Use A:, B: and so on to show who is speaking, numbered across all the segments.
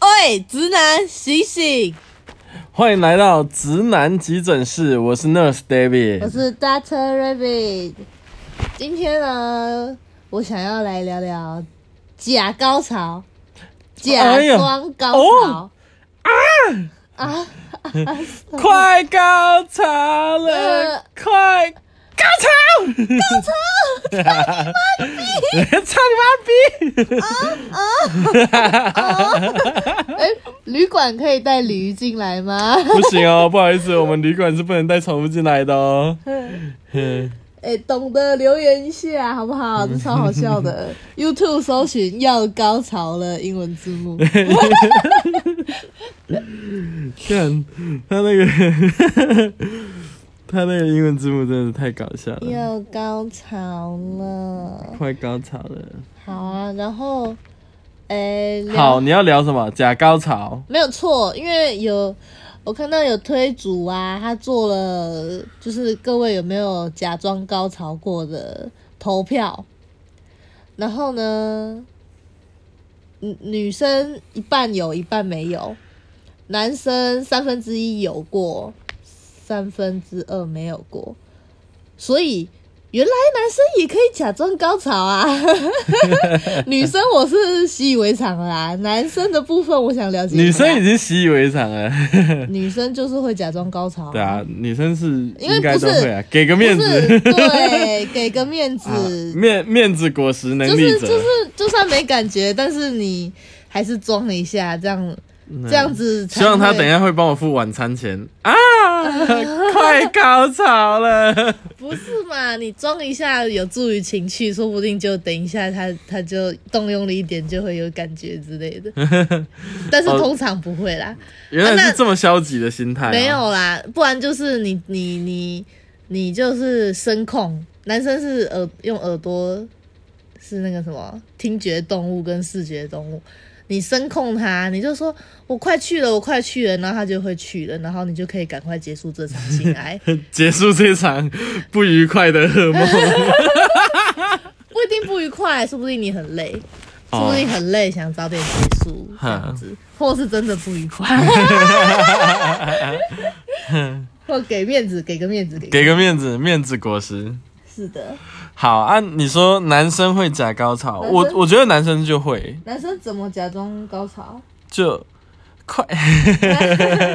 A: 喂，直男，醒醒！
B: 欢迎来到直男急诊室，我是 Nurse David。
A: 我是 Doctor Rabbit。今天呢，我想要来聊聊假高潮，假
B: 哎呀
A: 装高潮。
B: 快高潮了，
A: 呃
B: 快高潮，高潮，唱妈逼，
A: 哎、旅馆可以带驴进来吗？
B: 不行哦，不好意思，我们旅馆是不能带宠物进来的 哦。
A: 哎、懂得留言一下好不好？这超好笑的。YouTube 搜寻要高潮了，英文字幕。
B: 看他那个，他那个英文字幕真的太搞笑了，
A: 要高潮了，
B: 快高潮了。
A: 好啊。然后，哎、聊
B: 好，你要聊什么？假高潮。
A: 没有错，因为有我看到有推主啊，他做了就是各位有没有假装高潮过的投票，然后呢，女女生一半有一半没有，男生三分之一有过，三分之二没有过，所以。原来男生也可以假装高潮啊！ 女生我是习以为常了啦，男生的部分我想了解一
B: 女
A: 下。
B: 生已经习以为常了，
A: 女生就是会假装高潮，
B: 对啊，女生是
A: 哦因为
B: 应该
A: 不是
B: 都会啊，给个
A: 不
B: 面
A: 是
B: 子，
A: 对，给个面
B: 啊
A: 子，
B: 面面子啊果实能
A: 就
B: 力
A: 是
B: 者，
A: 就是就算没感觉，但是你还是装了一下，这样这样子才
B: 嗯希
A: 会，
B: 望他等一下会帮我付晚餐钱 啊！快高潮了，
A: 不是嘛？你装一下有助于情趣，说不定就等一下他他就动用了一点，就会有感觉之类 的，但是
B: 哦
A: 通常不会啦。
B: 原来
A: 啊那
B: 是这么消极的心态、啊，
A: 没有啦，不然就是你你你你就是声控，男生是耳用耳朵是那个什么听觉动物跟视觉动物，你声控他，你就说我快去了，我快去了，然后他就会去了，然后你就可以赶快结束这场性爱，
B: 结束这场不愉快的 噩梦。
A: 不一定不愉快，说不定你很累，
B: 哦
A: 说不定很累，想早点结束这样子，或是真的不愉快， 或给面子，给个面子，给个
B: 给个面子，面子果实。
A: 是的。
B: 好啊，你说男生会假高潮，
A: 男生
B: 我我觉得男生就会，
A: 男生怎么假装高潮？
B: 就快。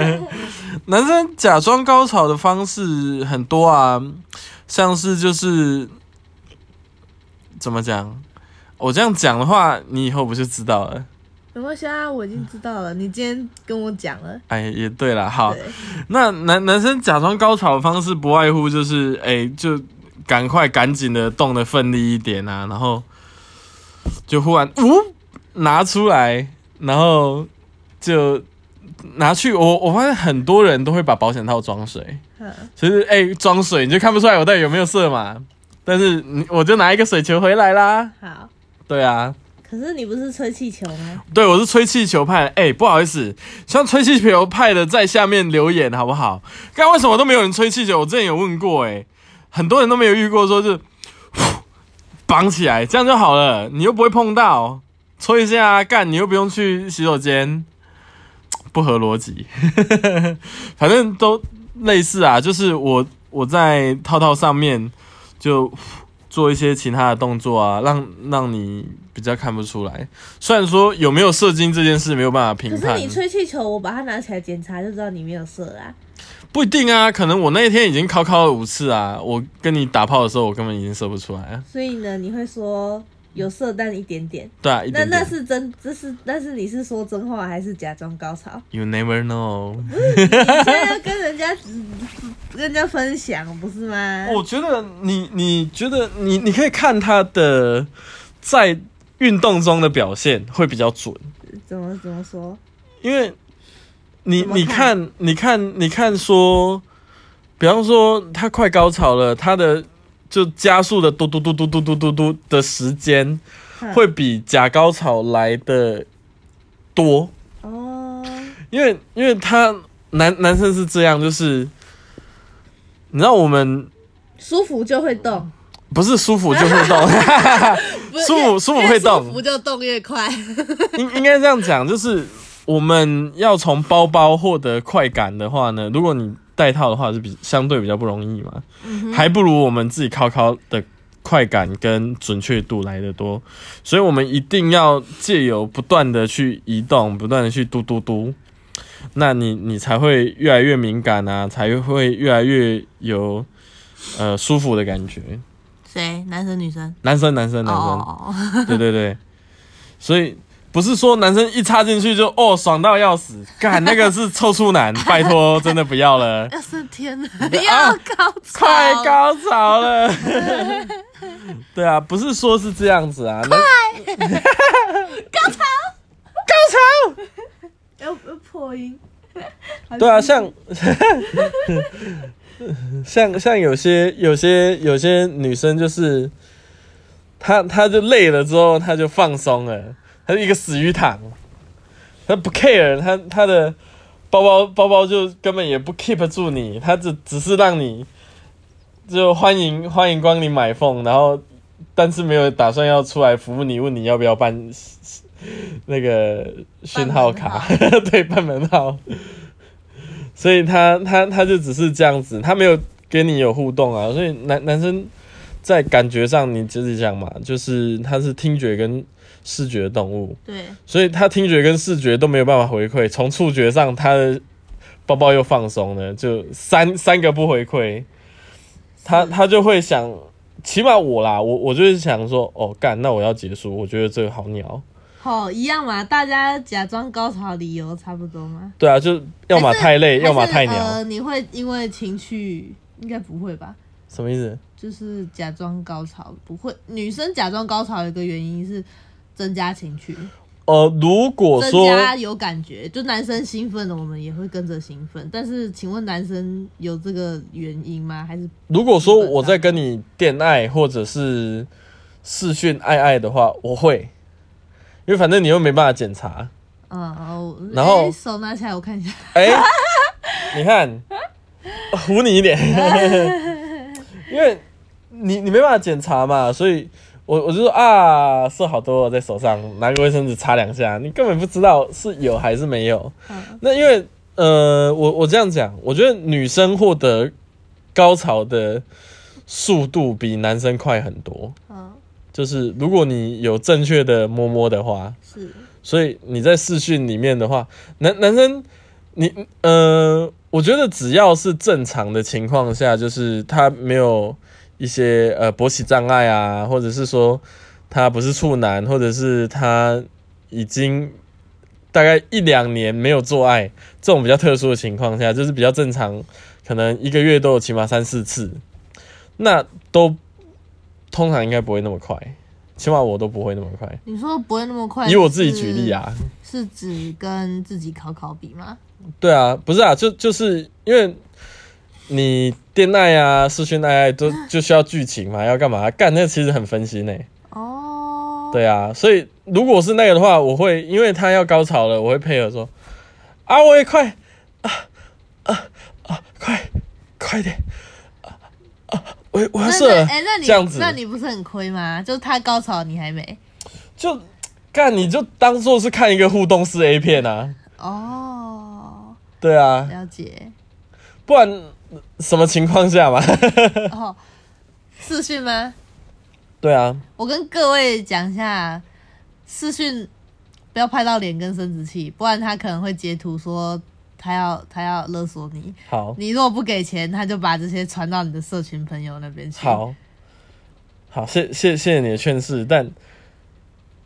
B: 男生假装高潮的方式很多啊，像是就是怎么讲？我这样讲的话，你以后不就知道了？
A: 没关系啊，我已经知道了。你今天跟我讲了，
B: 哎，也对啦。好
A: 对，
B: 那男男生假装高潮的方式不外乎就是，哎，就赶快赶紧的动的奋力一点啊，然后就忽然呜、拿出来，然后就拿去。我我发现很多人都会把保险套装水，
A: 嗯，
B: 其实哎装、水你就看不出来我到底有没有射嘛，但是你我就拿一个水球回来啦。
A: 好。
B: 对啊，
A: 可是你不是吹气球吗？
B: 对，我是吹气球派的。哎、不好意思，像吹气球派的在下面留言好不好？刚刚为什么都没有人吹气球？我之前有问过、哎，很多人都没有遇过，说是呼绑起来，这样就好了，你又不会碰到，吹一下啊干，你又不用去洗手间，不合逻辑。 反正都类似啊，就是我我在套套上面就呼做一些其他的动作啊，让让你比较看不出来。虽然说有没有射精这件事没有办法评
A: 可
B: 判，
A: 是你吹气球，我把它拿起来检查就知道你没有射啊啦、
B: 不一定啊，可能我那一天已经敲敲了五次啊。我跟你打炮的时候，我根本已经射不出来啊。
A: 所以呢，你会说有射但一点点。
B: 对啊，一点
A: 那那
B: 点。
A: 是真，这是但是你是说真话还是假装高 潮？
B: You never know。
A: 你现在要跟人家跟人家分享不是吗？
B: 我觉得你，你觉得你，你可以看他的在运动中的表现会比较准，
A: 怎么怎么说？
B: 因为你
A: 怎么
B: 你看你看你看说，比方说他快高潮了，他的就加速的嘟嘟嘟嘟嘟嘟嘟嘟的时间
A: 嗯
B: 会比假高潮来的多。
A: 哦，
B: 因为因为他男男生是这样，就是你知道我们
A: 舒服就会动，
B: 不是舒服就会动，
A: 不是
B: 舒服
A: 越
B: 舒服会动
A: 越舒服就动越快。
B: 应应该这样讲，就是我们要从包包获得快感的话呢，如果你戴套的话是比相对比较不容易嘛，还不如我们自己靠靠的快感跟准确度来的多，所以我们一定要借由不断的去移动，不断的去嘟嘟嘟，那你你才会越来越敏感啊，才会越来越有呃舒服的感觉。
C: 谁？男生女生？
B: 男生，男生，男生，
C: 哦，
B: 对对对，所以不是说男生一插进去就哦爽到要死，干那个是臭处男，拜托真的不要了，
C: 要升天了，要高潮，
B: 啊快高潮了。对啊，不是说是这样子啊，那
A: 要要破音。
B: 对啊，像 像像有些有些有些女生就是，她她就累了之后，她就放松了，她就一个死鱼躺，她不 care，她她的包包包包就根本也不 keep 住你，她只只是让你就欢迎欢迎光临买凤，然后但是没有打算要出来服务你，问你要不要办那个讯号卡， 对，办门号。所以他他他就只是这样子，他没有跟你有互动啊。所以男男生在感觉上，你自己讲嘛，就是他是听觉跟视觉动物，
A: 对，
B: 所以他听觉跟视觉都没有办法回馈，从触觉上他的包包又放松了，就三三个不回馈，他他就会想，起码我啦，我我就是想说，哦干，那我要结束，我觉得这个好鸟，
A: 好、一样嘛，大家假装高潮的理由差不多嘛。
B: 对啊，就要么
A: 还是
B: 太累，要么
A: 还是
B: 太鸟，
A: 呃，你会因为情绪应该不会吧？
B: 什么意思？
A: 就是假装高潮不会，女生假装高潮有一个原因是增加情趣，
B: 呃，如果
A: 增
B: 说
A: 加有感觉，就男生兴奋了，我们也会跟着兴奋。但是，请问男生有这个原因吗？还是
B: 如果说我在跟你恋爱或者是视讯爱爱的话，我会，因为反正你又没办法检查。
A: 嗯，哦，
B: 然后
A: 诶手拿起来我看一下，
B: 哎、你看，唬你一点，因为你你没办法检查嘛，所以我我就说啊，射好多了在手上，拿个卫生纸擦两下，你根本不知道是有还是没有。
A: 嗯
B: 那因为呃，我我这样讲，我觉得女生获得高潮的速度比男生快很多。
A: 嗯，
B: 就是如果你有正确的摸摸的话，
A: 是
B: 所以你在视讯里面的话，男男生，你呃，我觉得只要是正常的情况下，就是他没有一些呃勃起障碍啊，或者是说他不是处男，或者是他已经大概一两年没有做爱，这种比较特殊的情况下，就是比较正常，可能一个月都有起码三四次，那都通常应该不会那么快，起码我都不会那么快。
A: 你说不会那么快，
B: 以我自己举例啊，
A: 是，是指跟自己考考比吗？
B: 对啊，不是啊，就就是因为你恋爱啊、视讯爱爱都就需要剧情嘛，要干嘛干？那其实很分心呢、欸
A: 哦，
B: 对啊，所以如果是那个的话，我会因为他要高潮了，我会配合说啊，我也快啊啊啊，快快点啊啊，我我要
A: 那
B: 射了，
A: 哎、那你
B: 这样子，
A: 那你不是很亏吗？就是他高潮你还没
B: 就干你就当做是看一个互动式 A 片啊，
A: 哦，
B: 对啊，
A: 了解
B: 不然什么情况下嘛？
A: 哦，视讯吗？
B: 对啊，
A: 我跟各位讲一下，视讯不要拍到脸跟生殖器，不然他可能会截图说他要他要勒索你，
B: 好。
A: 你如果不给钱，他就把这些传到你的社群朋友那边去。，
B: 好，好，谢谢谢谢你的劝示，但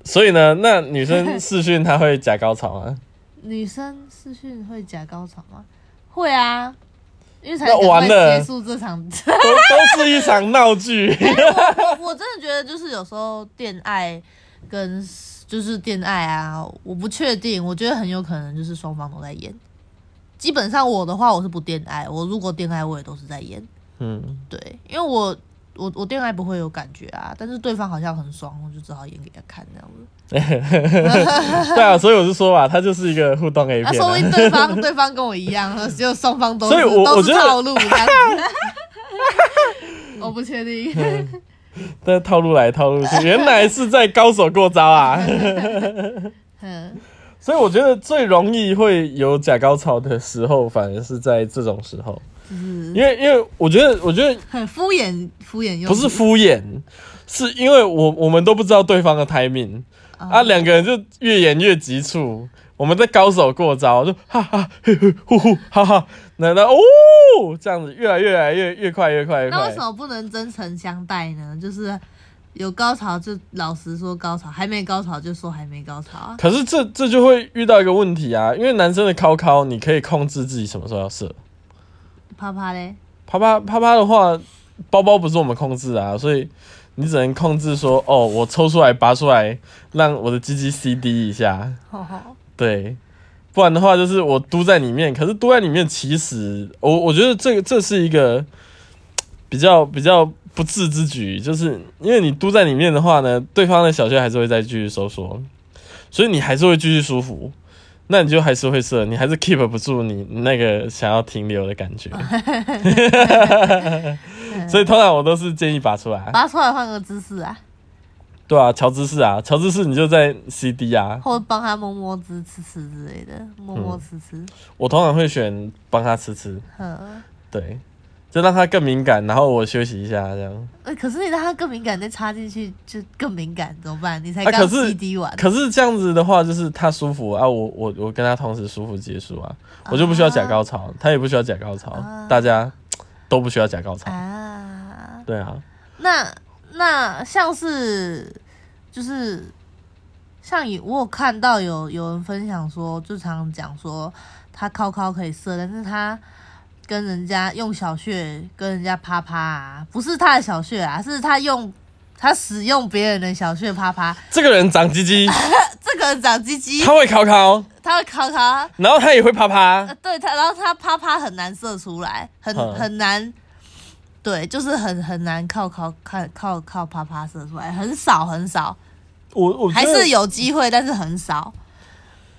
B: 所以呢，那女生试训她会假高潮吗？
A: 女生视讯会假高潮吗？会啊，因为才
B: 那
A: 赶快
B: 完了
A: 结束这场。
B: 都都是一场闹剧。
A: 我真的觉得就是有时候恋爱跟就是恋爱啊，我不确定，我觉得很有可能就是双方都在演。基本上我的话，我是不恋爱，我如果恋爱我也都是在演，
B: 嗯，
A: 对，因为我我我恋爱不会有感觉啊，但是对方好像很爽，我就只好演给他看这样子。
B: 对啊，所以我就说嘛，它就是一个互动 A
A: 那、
B: 片、
A: 说不
B: 啊。
A: 定对方 对方跟我一样，呃就双方都是
B: 所以我
A: 都
B: 我
A: 是
B: 觉得
A: 套路这样子。 我不确定，
B: 但套路来套路去，原来是在高手过招啊。
A: 嗯，
B: 所以我觉得最容易会有假高潮的时候，反而是在这种时候，
A: 就是
B: 因为因为我觉得我觉得
A: 很敷衍，敷衍又
B: 不是敷衍，是因为我我们都不知道对方的 timing
A: 哦
B: 啊，两个人就越演越急促，我们在高手过招，就哈哈嘿嘿呼呼哈哈，那那哦这样子越来越来越越快越快越
A: 那
B: 快
A: 为什，么不能真诚相待呢？就是有高潮就老实说高潮，还没高潮就说还没高潮啊。
B: 可是这这就会遇到一个问题啊，因为男生的高高你可以控制自己什么时候要射，
A: 啪啪嘞，
B: 啪啪啪啪的话，包包不是我们控制啊，所以你只能控制说，哦，我抽出来拔出来，让我的鸡鸡 CD 一下，
A: 吼
B: 哦
A: 吼，
B: 对，不然的话就是我嘟在里面，可是嘟在里面其实我我觉得这个这是一个嘖比较比较不智之举，就是因为你嘟在里面的话呢，对方的小穴还是会再继续收缩，所以你还是会继续舒服。那你就还是会射，你还是 keep 不住你那个想要停留的感觉，所以通常我都是建议拔出来，啊
A: 拔出来换个姿势啊，
B: 对啊，乔姿势啊，乔姿势你就在 CD 啊，
A: 或者帮他摸摸滋吃吃之类的，摸摸吃吃。
B: 我通常会选帮他吃吃，
A: 嗯，
B: 对，就让他更敏感，然后我休息一下这样。
A: 呃可是你让他更敏感，再插进去就更敏感，怎么办？你才
B: 啊可
A: 刚
B: 是
A: CD 完，
B: 可是这样子的话，就是他舒服啊，我我我跟他同时舒服结束啊，我就不需要假高潮，他也不需要假高潮，
A: 啊
B: 大家都不需要假高潮。
A: 啊，
B: 对啊，
A: 那那像是就是像有我有看到有有人分享说，就常讲说他靠靠可以射，但是他跟人家用小穴跟人家啪啪、啊，不是他的小穴啊，是他用他使用别人的小穴啪啪，
B: 这个人长鸡鸡，
A: 这个人长鸡鸡，
B: 他会考考，
A: 他会靠靠。
B: 然后他也会啪啪
A: 呃，，对他，然后他啪啪很难射出来，很
B: 嗯
A: 很难，对，就是很很难靠靠看靠靠啪啪射出来，很少很少，
B: 我我觉
A: 还
B: 得
A: 是有机会，但是很少，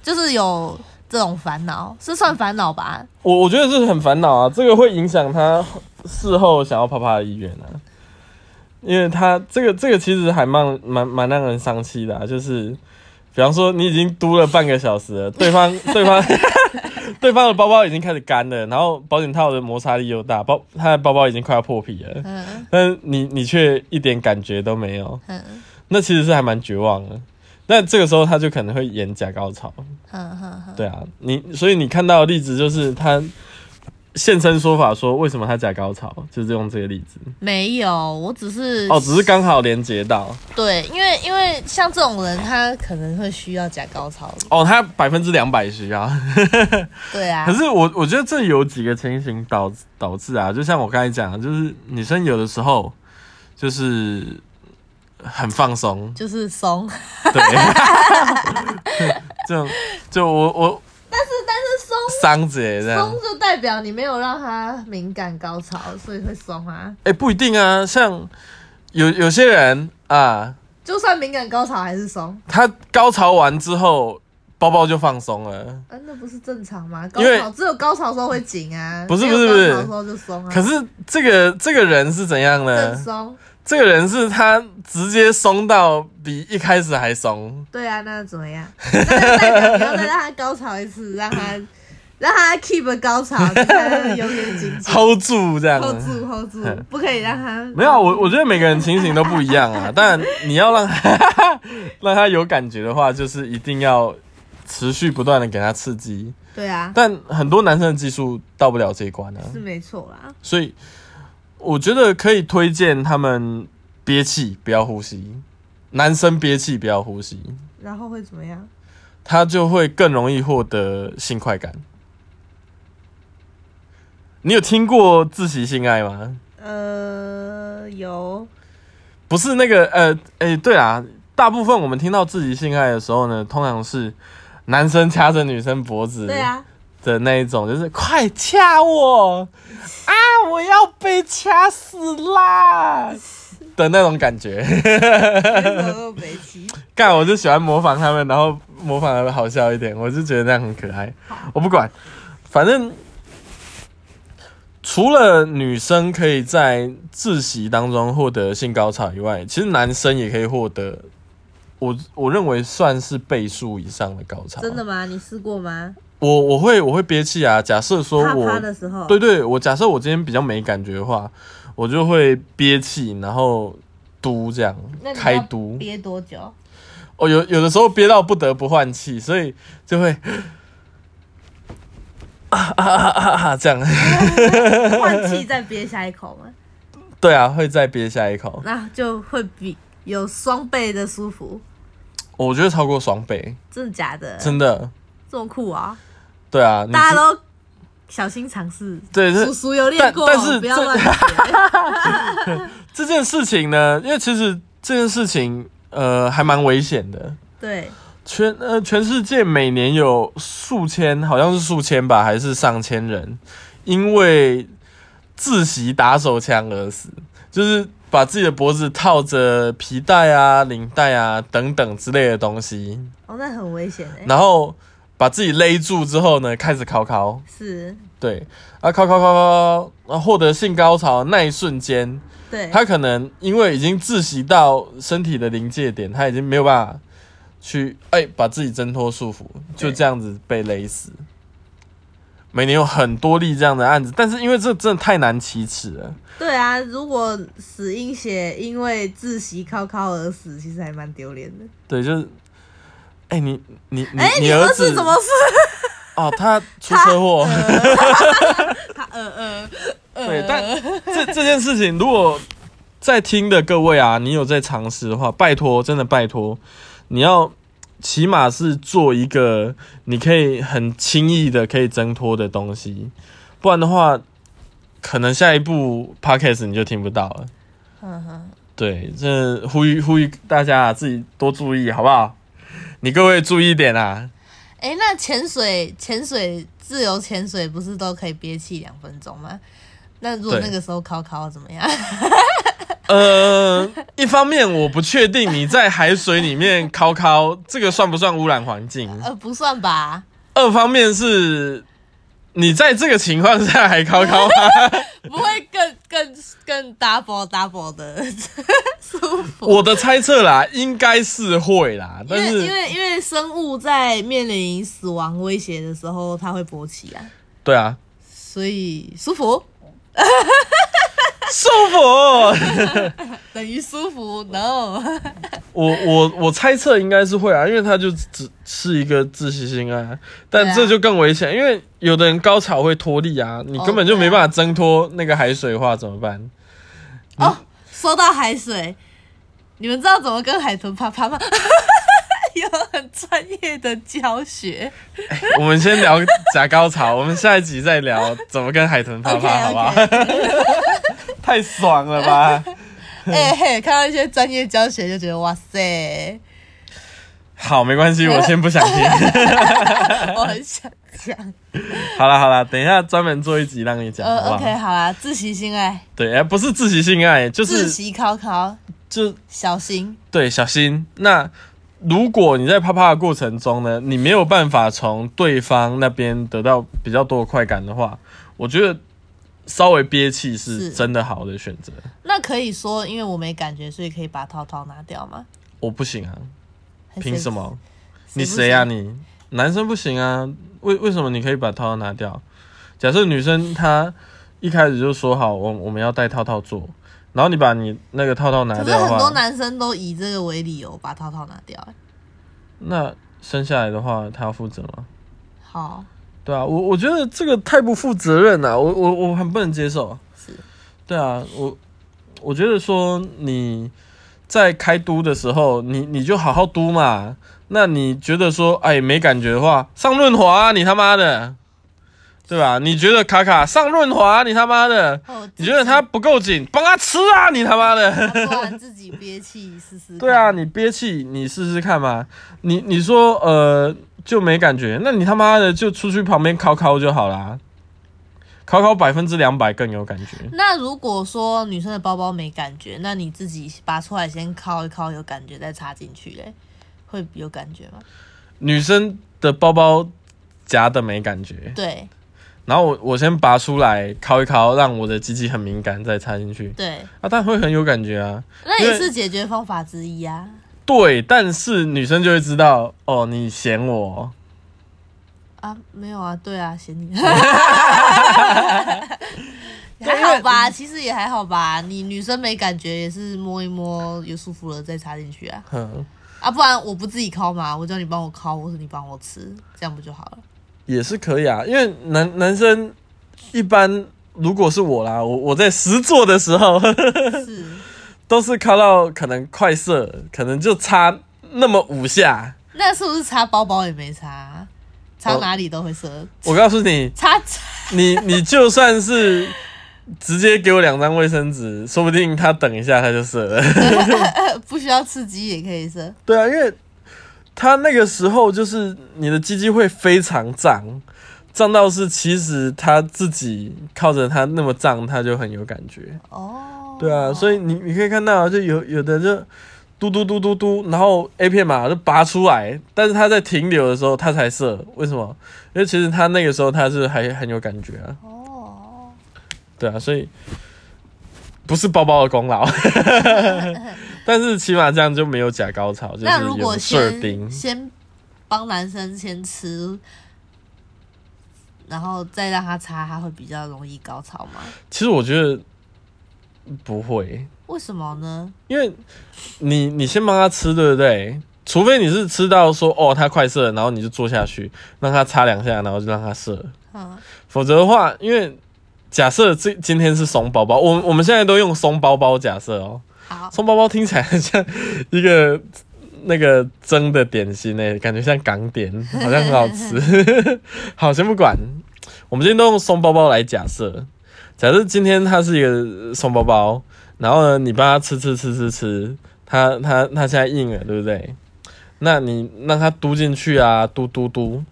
A: 就是有这种烦恼，是算烦恼吧？
B: 我我觉得这是很烦恼啊，这个会影响他事后想要啪啪的意愿啊，因为他这个这个其实还蛮蛮蛮让人伤气的、啊，就是比方说你已经嘟了半个小时了，对方对方 对方的包包已经开始干了，然后保险套的摩擦力又大，包他的包包已经快要破皮了，
A: 嗯
B: 但是你你却一点感觉都没有，
A: 嗯
B: 那其实是还蛮绝望的。那这个时候他就可能会演假高潮，
A: 嗯嗯嗯，
B: 对啊，你所以你看到的例子就是他现身说法说为什么他假高潮，就是用这个例子
A: 没有，我只是
B: 哦，只是刚好连接到
A: 对，因为因为像这种人，他可能会需要假高潮，
B: 哦，他百分之两百需要。
A: 对啊，
B: 可，是我我觉得这有几个情形导导致啊，就像我刚才讲的，就是女生有的时候就是很放松
A: 就是松。
B: 对，这种 就我我，但是但是松伤姐这样
A: 松，就代表你没有让他敏感高潮，所以会松啊。
B: 哎、不一定啊，像有有些人啊。
A: 就算敏感高潮还是松，
B: 他高潮完之后，包包就放松了。
A: 啊，那不是正常吗？高
B: 因为
A: 潮只有高潮的时候会紧啊，
B: 不是
A: 没有
B: 不是不是
A: 高潮的时候就松啊，
B: 可是这个这个人是怎样
A: 更
B: 呢？
A: 松。
B: 这个人是他直接松到比一开始还松，
A: 对啊，那怎么样？ 那就代表你要再让他高潮一次，让他让他 keep 高潮，你才能永远紧 紧
B: hold 住这样。
A: 嗯 hold 住 hold 住，不可以让他
B: 啊没有啊，我我觉得每个人情形都不一样 啊。但你要让他 让他有感觉的话，就是一定要持续不断的给他刺激。
A: 对啊，
B: 但很多男生的技术到不了这一关啊。
A: 是没错啦。
B: 所以我觉得可以推荐他们憋气，不要呼吸。男生憋气不要呼吸，
A: 然后会怎么样？
B: 他就会更容易获得性快感。你有听过自习性爱吗？
A: 呃，有
B: 不是那个呃，哎、对啊，大部分我们听到自习性爱的时候呢，通常是男生掐着女生脖子，
A: 对啊，
B: 的那一种，就是快掐我啊，我要被掐死 啦的那种感觉。
A: 为什么都没急？
B: 干，我就喜欢模仿他们，然后模仿的好笑一点，我就觉得那样很可爱。我不管，反正除了女生可以在自习当中获得性高潮以外，其实男生也可以获得我我认为算是倍数以上的高潮。
A: 真的，吗？你试过吗？
B: 我我会我会憋气啊。假设说
A: 啪
B: 我
A: 啪的时候，
B: 对对，我假设我今天比较没感觉的话，我就会憋气，然后嘟这样
A: 那你要
B: 开嘟。
A: 憋多久？
B: 哦，有有的时候憋到不得不换气，所以就会啊啊啊啊啊啊这样。
A: 换气再憋下一口嘛，
B: 对啊，会再憋下一口，
A: 那就会比有双倍的舒服，
B: 我觉得超过双倍，
A: 真的假的？
B: 真的。
A: 这么酷啊！
B: 对啊，你
A: 嗯大家
B: 知
A: 都小心尝试，
B: 对是
A: 叔叔有练过，
B: 但但是
A: 不要
B: 这
A: 乱啊学。
B: 这件事情呢，因为其实这件事情呃还蛮危险的。
A: 对，
B: 全呃全世界每年有数千，好像是数千吧，还是上千人，因为窒息打手枪而死，就是把自己的脖子套着皮带啊、领带啊等等之类的东西，
A: 哦，那很危险哎、
B: 然后把自己勒住之后呢，开始烤烤。
A: 是，
B: 对，啊，靠靠靠靠，然后啊获得性高潮那一瞬间，
A: 对，
B: 他可能因为已经窒息到身体的临界点，他已经没有办法去哎、把自己挣脱束缚，就
A: 对
B: 这样子被勒死。每年有很多例这样的案子，但是因为这真的太难启齿了，
A: 对啊，如果死因血因为窒息靠靠而死，其实还蛮丢脸的。
B: 对，就是，哎、你你你、
A: 哎、
B: 你
A: 儿
B: 子
A: 怎么死？
B: 哦，他出车祸，
A: 他呃呃，
B: 对，但这这件事情，如果在听的各位啊，你有在尝试的话，拜托，真的拜托，你要起码是做一个你可以很轻易的可以挣脱的东西，不然的话，可能下一步 podcast 你就听不到了。
A: 嗯哼，
B: 对，这呼吁呼吁大家啊，自己多注意，好不好？你各位注意一点啊！
A: 哎、那潜水潜水自由潜水不是都可以憋气两分钟吗？那如果
B: 对
A: 那个时候靠靠怎么样？
B: 呃，一方面我不确定你在海水里面烤烤，这个算不算污染环境？
A: 呃，不算吧，
B: 二方面是，你在这个情况下还高 高吗？
A: 不会更更更 double double 的舒服。
B: 我的猜测啦，应该是会啦，
A: 因
B: 但
A: 为因
B: 是
A: 为因为生物在面临死亡威胁的时候，它会勃起啊，
B: 对啊，
A: 所以舒服
B: 舒服。
A: 等于舒服，no，
B: 我我我猜测应该是会啊，因为它就只是一个自息性啊，
A: 对
B: 但
A: 啊
B: 这就更危险，因为有的人高潮会脱力啊，你根本就没办法挣脱那个海水的话怎么办？
A: 哦，说到海水，你们知道怎么跟海豚啪啪吗？ 有很专业的教学。
B: 我们先聊假高潮，我们下一集再聊怎么跟海豚啪
A: OK
B: 啪，好不好
A: OK，
B: 太爽了 吧！
A: 哎、嘿，看到一些专业教学就觉得哇塞，
B: 好，没关系，我先不想听。
A: 我很想讲。
B: 好了好了，等一下专门做一集让你讲，好不
A: 呃
B: 好
A: ，OK，好啦，自习性爱，
B: 对，哎，不是自习性爱，就
A: 自
B: 是
A: 习考考，
B: 就
A: 小心。
B: 对，小心。那如果你在啪啪的过程中呢，你没有办法从对方那边得到比较多的快感的话，我觉得稍微憋气是
A: 是
B: 真的好的选择。
A: 那可以说，因为我没感觉，所以可以把套套拿掉吗？
B: 我不行啊，
A: 还是
B: 凭什？么？
A: 谁
B: 你
A: 不
B: 谁啊
A: 行？
B: 你？男生不行啊？为为什么你可以把套套拿掉？假设女生她一开始就说好，我我们要戴套套做，然后你把你那个套套拿
A: 可是
B: 掉的
A: 很多
B: 话，
A: 男生都以这个为理由把套套拿掉、哎
B: 那生下来的话，她要负责吗？
A: 好，
B: 对啊，我我觉得这个太不负责任了、我我我很不能接受。
A: 是
B: 对啊，我我觉得说你在开嘟的时候，你你就好好嘟嘛。那你觉得说，哎，没感觉的话，上润滑啊、你他妈的，对吧？你觉得卡卡上润滑啊、你他妈的，
A: 哦
B: 你觉得它不够紧，帮他吃啊，你他妈的。
A: 自己做完自己憋气试试看。
B: 对啊，你憋气，你试试看嘛。你你说呃就没感觉，那你他妈的就出去旁边烤烤就好啦。烤烤百分之两百更有感觉。
A: 那如果说女生的包包没感觉，那你自己拔出来先敲一敲，有感觉再插进去，嘞，会有感觉吗？
B: 女生的包包夹的没感觉，
A: 对
B: 然后我我先拔出来敲一敲，让我的鸡鸡很敏感，再插进去
A: 对，
B: 啊，但会很有感觉啊。
A: 那
B: 因
A: 也
B: 为
A: 是解决方法之一啊。
B: 对，但是女生就会知道哦，你嫌我，
A: 啊，没有啊，对啊，嫌 你。
B: 对
A: 还好吧，其实也还好吧。你女生没感觉也是摸一摸，有舒服了再插进去啊
B: 哼，
A: 啊！不然我不自己敲嘛，我叫你帮我敲，或是你帮我吃，这样不就好了？
B: 也是可以啊。因为男男生一般如果是我啦，我我在实做的时候
A: 是，
B: 都是靠到可能快射，可能就差那么五下。
A: 那是不是插包包也没插，插哪里都会射，
B: 我告诉你，
A: 插插
B: 你你就算是直接给我两张卫生纸，说不定他等一下他就射了。
A: 不需要刺激也可以射。
B: 对啊，因为他那个时候就是你的鸡鸡会非常胀，胀到是其实他自己靠着他那么胀，他就很有感觉。
A: 哦，
B: 对啊，所以你你可以看到啊，就有有的就嘟嘟嘟嘟嘟，然后 A 片嘛就拔出来，但是他在停留的时候他才射，为什么？因为其实他那个时候他是还很有感觉啊，
A: 哦，
B: 对啊，所以不是包包的功 劳，但是起码这样就没有假高潮，就是
A: 那如果
B: 有射钉
A: 先。先帮男生先吃，然后再让他擦，他会比较容易高潮吗？
B: 其实我觉得不会，
A: 为什么呢？
B: 因为你你先帮他吃，对不对？除非你是吃到说哦他快射了，然后你就坐下去让他擦两下，然后就让他射。
A: 嗯，
B: 否则的话，因为假设这今天是松包包，我我们现在都用松包包假设哦，
A: 好，
B: 松包包听起来很像一个那个蒸的点心诶、感觉像港点，好像很好吃。好，先不管，我们今天都用松包包来假设。假设今天它是一个松包包，然后呢，你帮它吃吃吃吃吃，它它它现在硬了，对不对？那你让它嘟进去啊，嘟嘟嘟。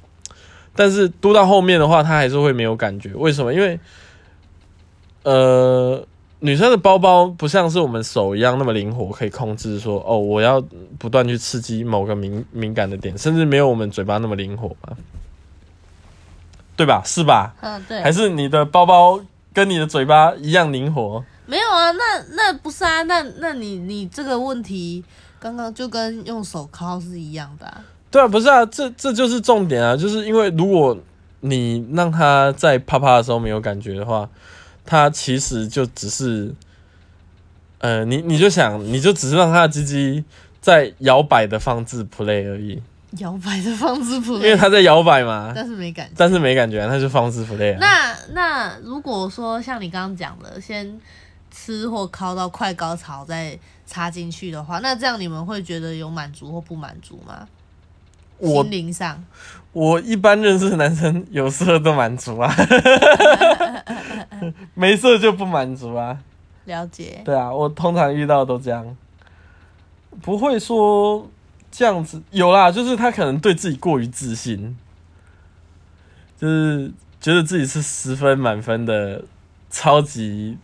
B: 但是嘟到后面的话，它还是会没有感觉。为什么？因为，呃，女生的包包不像是我们手一样那么灵活，可以控制说哦，我要不断去刺激某个敏敏感的点，甚至没有我们嘴巴那么灵活嘛，对吧？是吧？
A: 嗯，
B: 还
A: 对，
B: 是你的包包跟你的嘴巴一样灵活？
A: 没有啊，那那不是啊，那那你你这个问题刚刚就跟用手敲是一样的、啊，
B: 对啊，不是啊，这这就是重点啊，就是因为如果你让他在啪啪的时候没有感觉的话，他其实就只是，呃，你你就想，你就只是让他的鸡鸡在摇摆的放置 play 而已，
A: 摇摆的放置谱
B: 因，为他在摇摆嘛，
A: 但是没感觉。
B: 但是没感觉、啊，那就放置 play 啊。
A: 那那如果说像你刚刚讲的，先吃或烤到快高潮再插进去的话，那这样你们会觉得有满足或不满足吗？
B: 我
A: 心灵上，
B: 我一般认识的男生有色都满足啊， 没色就不满足啊。
A: 了解。
B: 对啊，我通常遇到都这样，不会说这样子有啦，就是他可能对自己过于自信，就是觉得自己是十分满分的超级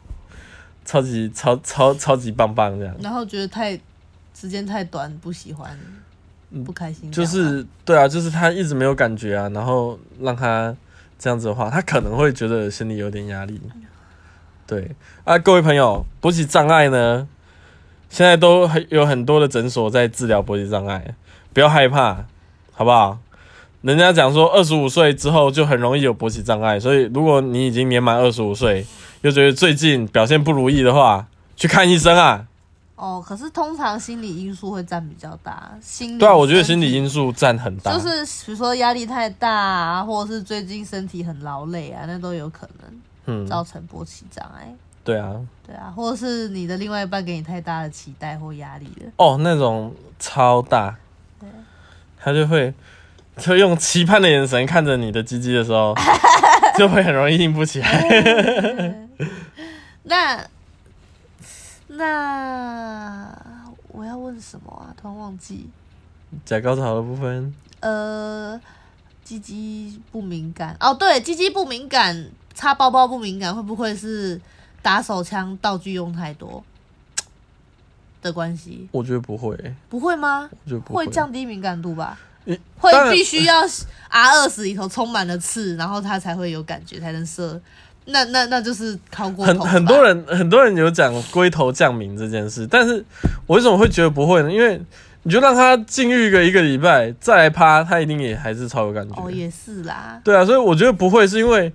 B: 超级超超超级棒棒这样，
A: 然后觉得太时间太短，不喜欢，不开心这
B: 嗯就
A: 样吗，
B: 是对啊，就是他一直没有感觉啊，然后让他这样子的话，他可能会觉得心里有点压力。
A: 嗯
B: 对啊，各位朋友，勃起障碍呢，现在都很有很多的诊所在治疗勃起障碍，不要害怕，好不好？人家讲说二十五岁之后就很容易有勃起障碍，所以如果你已经年满二十五岁，又觉得最近表现不如意的话，去看医生啊。
A: 哦。可是通常心理因素会占比较大，心理
B: 对啊，我觉得心
A: 身体
B: 理因素占很大。
A: 嗯就是比如说压力太大啊，或者是最近身体很劳累啊，那都有可能
B: 嗯，
A: 造成勃起障碍。
B: 对啊，
A: 对啊，或者是你的另外一半给你太大的期待或压力了。
B: 哦，那种超大，他就会就用期盼的眼神看着你的鸡鸡的 时候，就会很容易硬不起来。
A: 那那我要问什么啊？突然忘记。
B: 假高潮的部分，
A: 呃，鸡鸡不敏感哦，对，鸡鸡不敏感，插包包不敏感，会不会是打手枪道具用太多的关系？
B: 我觉得不会，
A: 不会吗？
B: 我觉得不
A: 会
B: 当
A: 降低敏感度吧？
B: 当然
A: 会必须 要 R 二十里头充满了刺，然后它才会有感觉，才能射。那那那就是靠过头
B: 很
A: 吧
B: 很多人很多人有讲龟头降敏这件事，但是我为什么会觉得不会呢？因为你就让他禁欲个一个礼拜，再来趴，他一定也还是超有感觉。
A: 哦，也是啦，
B: 对啊，所以我觉得不会是因为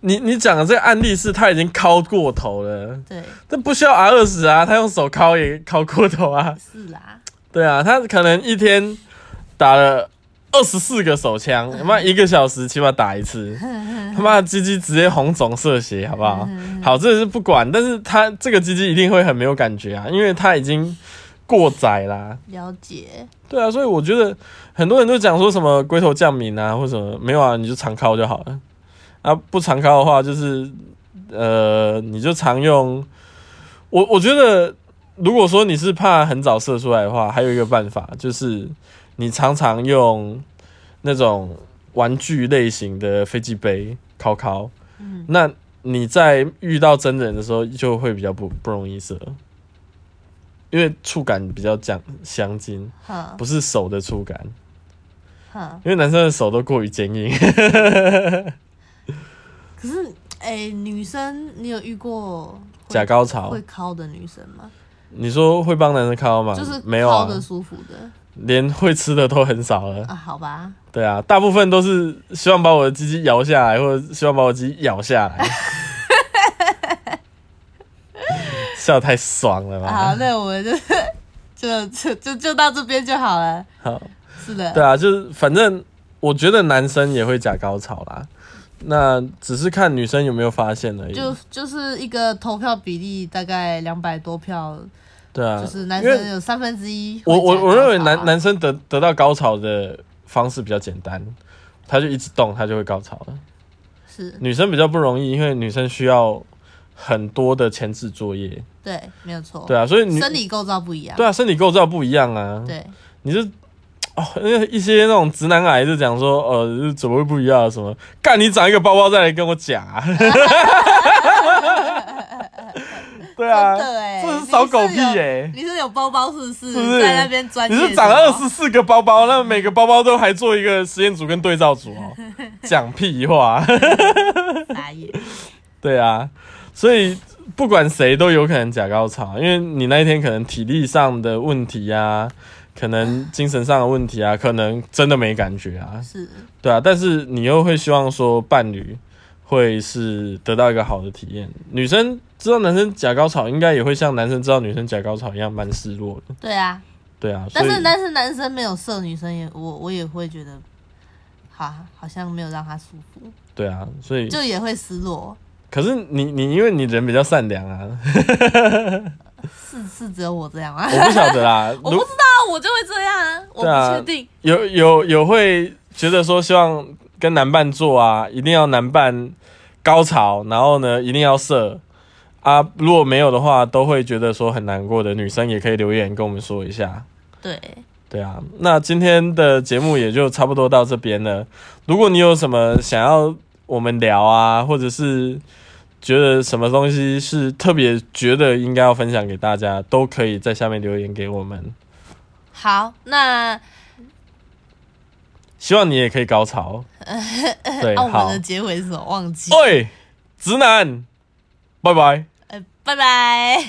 B: 你你讲的这个案例是他已经敲过头了，
A: 对，
B: 这不需要 R 二十啊，他用手敲也敲过头啊。
A: 是啦，
B: 对啊，他可能一天打了二十四个手枪，他妈一个小时起码打一次，他妈的鸡鸡直接红肿射血，好不好？好，这是不管，但是他这个鸡鸡一定会很没有感觉啊，因为他已经过载啦。
A: 了解，
B: 对啊，所以我觉得很多人都讲说什么龟头降敏啊，或什么没有啊，你就常靠就好了。啊，不常靠的话，就是呃，你就常用。我我觉得，如果说你是怕很早射出来的话，还有一个办法就是你常常用那种玩具类型的飞机杯敲敲。
A: 嗯，
B: 那你在遇到真人的时候，就会比较不不容易射，因为触感比较讲相近。
A: 哼
B: 不是手的触感，
A: 哼，
B: 因为男生的手都过于坚硬。
A: 可是哎、女生你有遇过会
B: 假高潮
A: 会，敲的女生吗？
B: 你说会帮男生敲吗？
A: 就是
B: 没有
A: 敲
B: 啊，
A: 的舒服的
B: 连会吃的都很 少了。
A: 啊，好吧，
B: 对啊，大部分都是希望把我的鸡鸡摇下来，或者希望把我鸡鸡咬下 来。笑得太爽了
A: 好，
B: 吧？
A: 那我们就 就就就就到这边就好了。
B: 好，
A: 是的，
B: 对啊，就是反正我觉得男生也会假高潮啦，那只是看女生有没有发现而已。
A: 就就是一个投票比例大概两百多票，
B: 对啊，
A: 就是男
B: 因为
A: 生有三分之一会讲高
B: 我
A: 潮啊。
B: 我我认为男男生得得到高潮的方式比较简单，他就一直动，他就会高潮了。
A: 是
B: 女生比较不容易，因为女生需要很多的前置作业，
A: 对，没有错。
B: 对啊，所以女
A: 哦生理构造不一样。
B: 对啊，身体构造不一样啊。
A: 对
B: 你就哦， 那一些那种直男癌就讲说，呃，怎么会不一样啊？什么干你长一个包包再来跟我讲、 啊，对啊，
A: 真的哎，
B: 这是扫狗屁欸
A: 你是有你
B: 耶、
A: 是有包包是不是？
B: 是不是
A: 在那边钻
B: 你
A: 研什么？
B: 是长二十四个包包，那每个包包都还做一个实验组跟对照组 哦，讲屁话。
A: 傻眼。
B: 对啊，所以不管谁都有可能假高潮，因为你那一天可能体力上的问题啊，可能精神上的问题啊，可能真的没感觉啊，
A: 是
B: 对啊。但是你又会希望说伴侣会是得到一个好的体验，女生知道男生假高潮，应该也会像男生知道女生假高潮一样蛮失落的，
A: 对啊，
B: 对啊。所
A: 但
B: 以
A: 是但是男生没有射女生也我我也会觉得，好好像没有让他舒服，
B: 对啊，所以
A: 就也会失落。
B: 可是你你因为你人比较善良 啊，
A: 是是只有我这样吗？
B: 我不晓得啦。
A: 我不
B: 如
A: 知道，我就会这样啊，我
B: 哦对啊
A: 不确定。
B: 有有有会觉得说希望跟男伴做啊，一定要男伴高潮，然后呢一定要射啊。如果没有的话，都会觉得说很难过的女生也可以留言跟我们说一下。
A: 对，
B: 对啊，那今天的节目也就差不多到这边了。如果你有什么想要我们聊啊，或者是觉得什么东西是特别觉得应该要分享给大家，都可以在下面留言给我们。
A: 好，那
B: 希望你也可以 高潮。对，
A: 啊那我
B: 好哦
A: 们的，结尾是什么？忘记。
B: 喂，直男，拜拜。
A: 呃，拜拜。